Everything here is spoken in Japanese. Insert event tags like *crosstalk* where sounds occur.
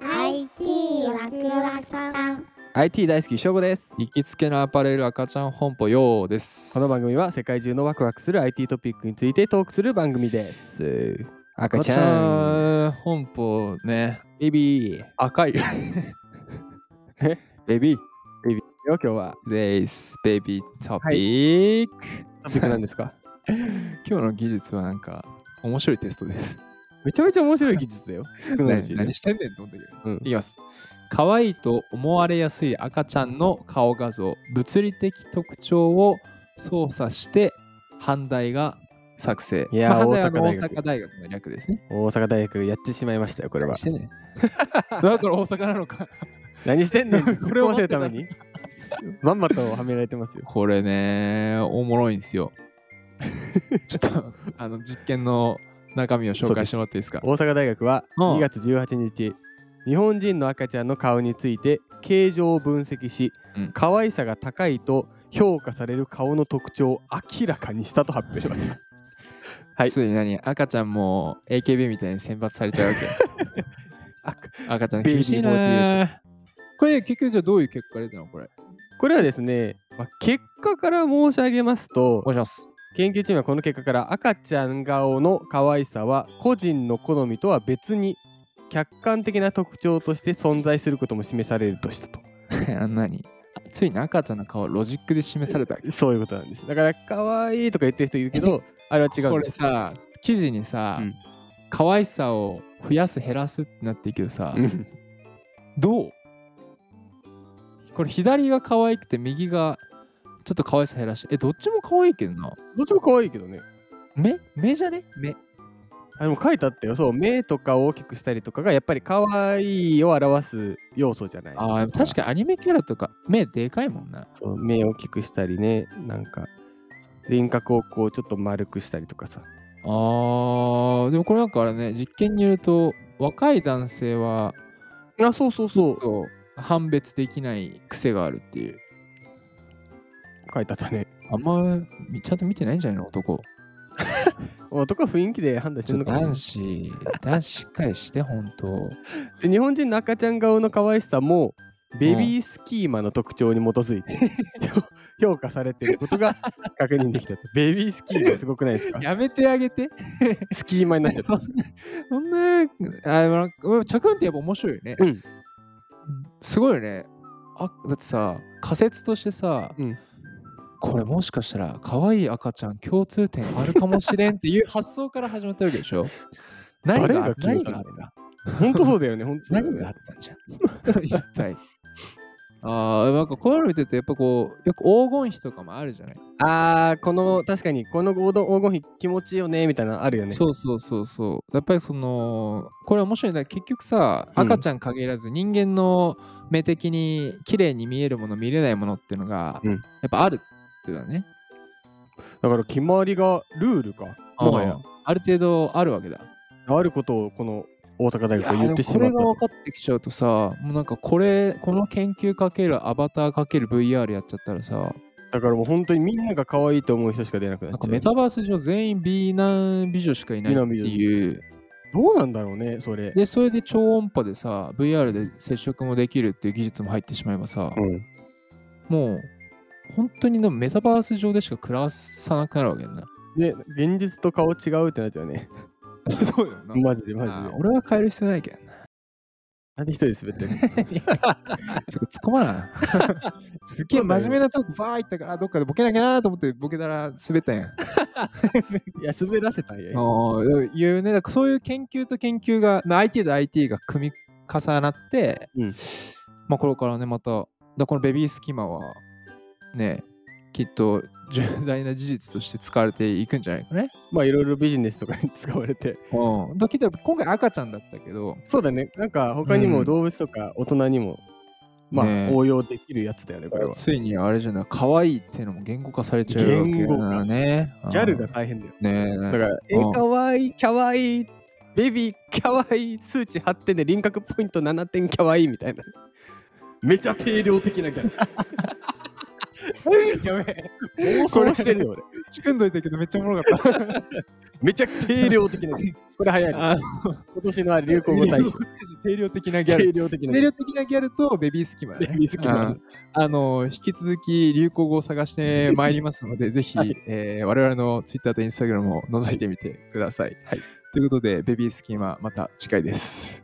IT ワクワクさん IT 大好き翔吾です行きつけのアパレル赤ちゃん本舗ようですこの番組は世界中のワクワクする IT トピックについてトークする番組です赤ち赤ちゃんゃん本舗ねベビー赤いベビーベビーよ今日は This baby topic、次回なんですか今日の技術はなんか面白いテストです、 *laughs* めちゃめちゃ面白い技術だよテクノロねジーね何してんねんと思ったけどうんいきます可愛いと思われやすい赤ちゃんの顔画像物理的特徴を操作して判題が作成いやーまあ、判題はあの大大阪大学阪大学の略ですね大阪大学やってしまいましたよこれはしてね *laughs* だから大阪なのか何してん *laughs* のこれををませ待るってためた *laughs* にまんまとはめられてますよこれね、おもろいんで *laughs* すよ。ちょっとあの実験の中身を紹介してもらっていいですか大阪大学はうん2月18日日本人の赤ちゃんの顔について形状を分析し、うん可愛さが高いと評価される顔の特徴を明らかにしたと発表しましたはいついに何赤ちゃんも AKB みたいに選抜されちゃうわけ。 *laughs* あ赤ちゃんベイビー厳しいね。これ結局じゃあどういう結果が出たのこれ。これはですね、まあ、結果から申し上げますとお願いします。研究チームはこの結果から赤ちゃん顔の可愛さは個人の好みとは別に客観的な特徴として存在することも示されるとしたと *laughs* あんなに。ついに赤ちゃんの顔をロジックで示されたわけ。そういうことなんですだから可愛いとか言ってる人いる *laughs* けどあれは違うこんでれ *laughs* すさ、記事にさ、うん可愛さを増やす減らすってなってるけどさ、うんどうこれ左が可愛くて右がちょっと可愛さ減らしてえどっちも可愛いけどなどっちも可愛いけどね目目じゃね目あでも書いてあったよそう目とかを大きくしたりとかがやっぱり可愛いを表す要素じゃないあー確かにアニメキャラとか目でかいもんなそう目を大きくしたりねなんか輪郭をこうちょっと丸くしたりとかさあーでもこれなんかあれね実験によると若い男性はあそうそうそうそう判別できない癖があるっていう書いてあったねあんまみちゃんと見てないんじゃないの男男は雰囲気で判断してちょるっのとかもしれな男い子男子しっかりして本当で日本人の赤ちゃん顔の可愛さもベビースキーマの特徴に基づいて、 *laughs* 評価されていること *laughs* が確認できたとベビースキーマすごくないですか *laughs* やめてあげてスキーマになっちゃっそんたな、そんな、あでもなんかうん着眼ってやっぱ面白いよね。うんすごいよね。あだってさ、仮説としてさ、うんこれもしかしたら可愛い赤ちゃん共通点あるかもしれんっていう発想から始まったわけでしょ何 *laughs* 誰がが決め何たんだがあろっうた本当そうだよね本当そうだよ何ねがあったんじゃ *laughs* ん一体。あーなんかこういうの見てるとやっぱこうよく黄金比とかもあるじゃない、あーこの確かにこの黄金黄金比気持ちいいよねみたいなのあるよねそうそうそうそうやっぱりそのこれ面白いんだ結局さうん赤ちゃん限らず人間の目的に綺麗に見えるもの見れないものっていうのが、うんやっぱあるっていうのはねだから決まりがルールかもはやうんある程度あるわけだあることをこの大阪大学はいや言ってでしもこまっれたが分かってきちゃうとさもうなんかこれこの研究かけるアバターかける VR やっちゃったらさだからもう本当にみんなが可愛いと思う人しか出なくななっんかちゃメうタバース上全員美男美女しかいないっていうどうなんだろうねそれでそれで超音波でさ VR で接触もできるっていう技術も入ってしまえばさ、うんもう本当にでもメタバース上でしか暮らさなくなるわけだな。で現実と顔違うってなっちゃうね *laughs* そうだよなマジでマジで俺は変える必要ないけどな。なんで一人で滑って *laughs* るそこ突っ込まな。 *laughs* すっげえ真面目なトークバーいったからどっかでボケなきゃなと思ってボケたら滑ったやん。あいや滑らせたんやーいうね、だからそういう研究と研究が、まあ IT と IT が組み重なって、うんまあこれからね、また、だからこのベビースキマはね、きっと重大な事実として使われていくんじゃないかね。まあいろいろビジネスとかに使われてうん。だけど今回赤ちゃんだったけど、そうだねなんか他にうもん動物とか大人にもまねあえ応用できるやつだよねこれはついにあれじゃない、可愛いってのも言語化されちゃうわけ言語化だね。ギャルがうん大変だよだかねら、えうんー、かわいい、かわいい、ベビー、かわいい、数値8点で輪郭ポイント7点、かわいいみたいな。めちゃ定量的なギャえ。 *laughs* やべえ。ル。妄想してるよ、俺。仕組んどいたけどめっちゃおもろかった。めちゃ定量的なギャル。これ流行る。あ *laughs* 今年の流行語大賞。定量的なギャル。定量的な。定量的なギャルとベビースキマ、ね。ベビースキマうんあの、引き続き流行語を探してまいります *laughs* ので、ぜひ、はいえー我々の Twitter と Instagram を覗いてみてください。はいということで、ベビースキマ、また次回です。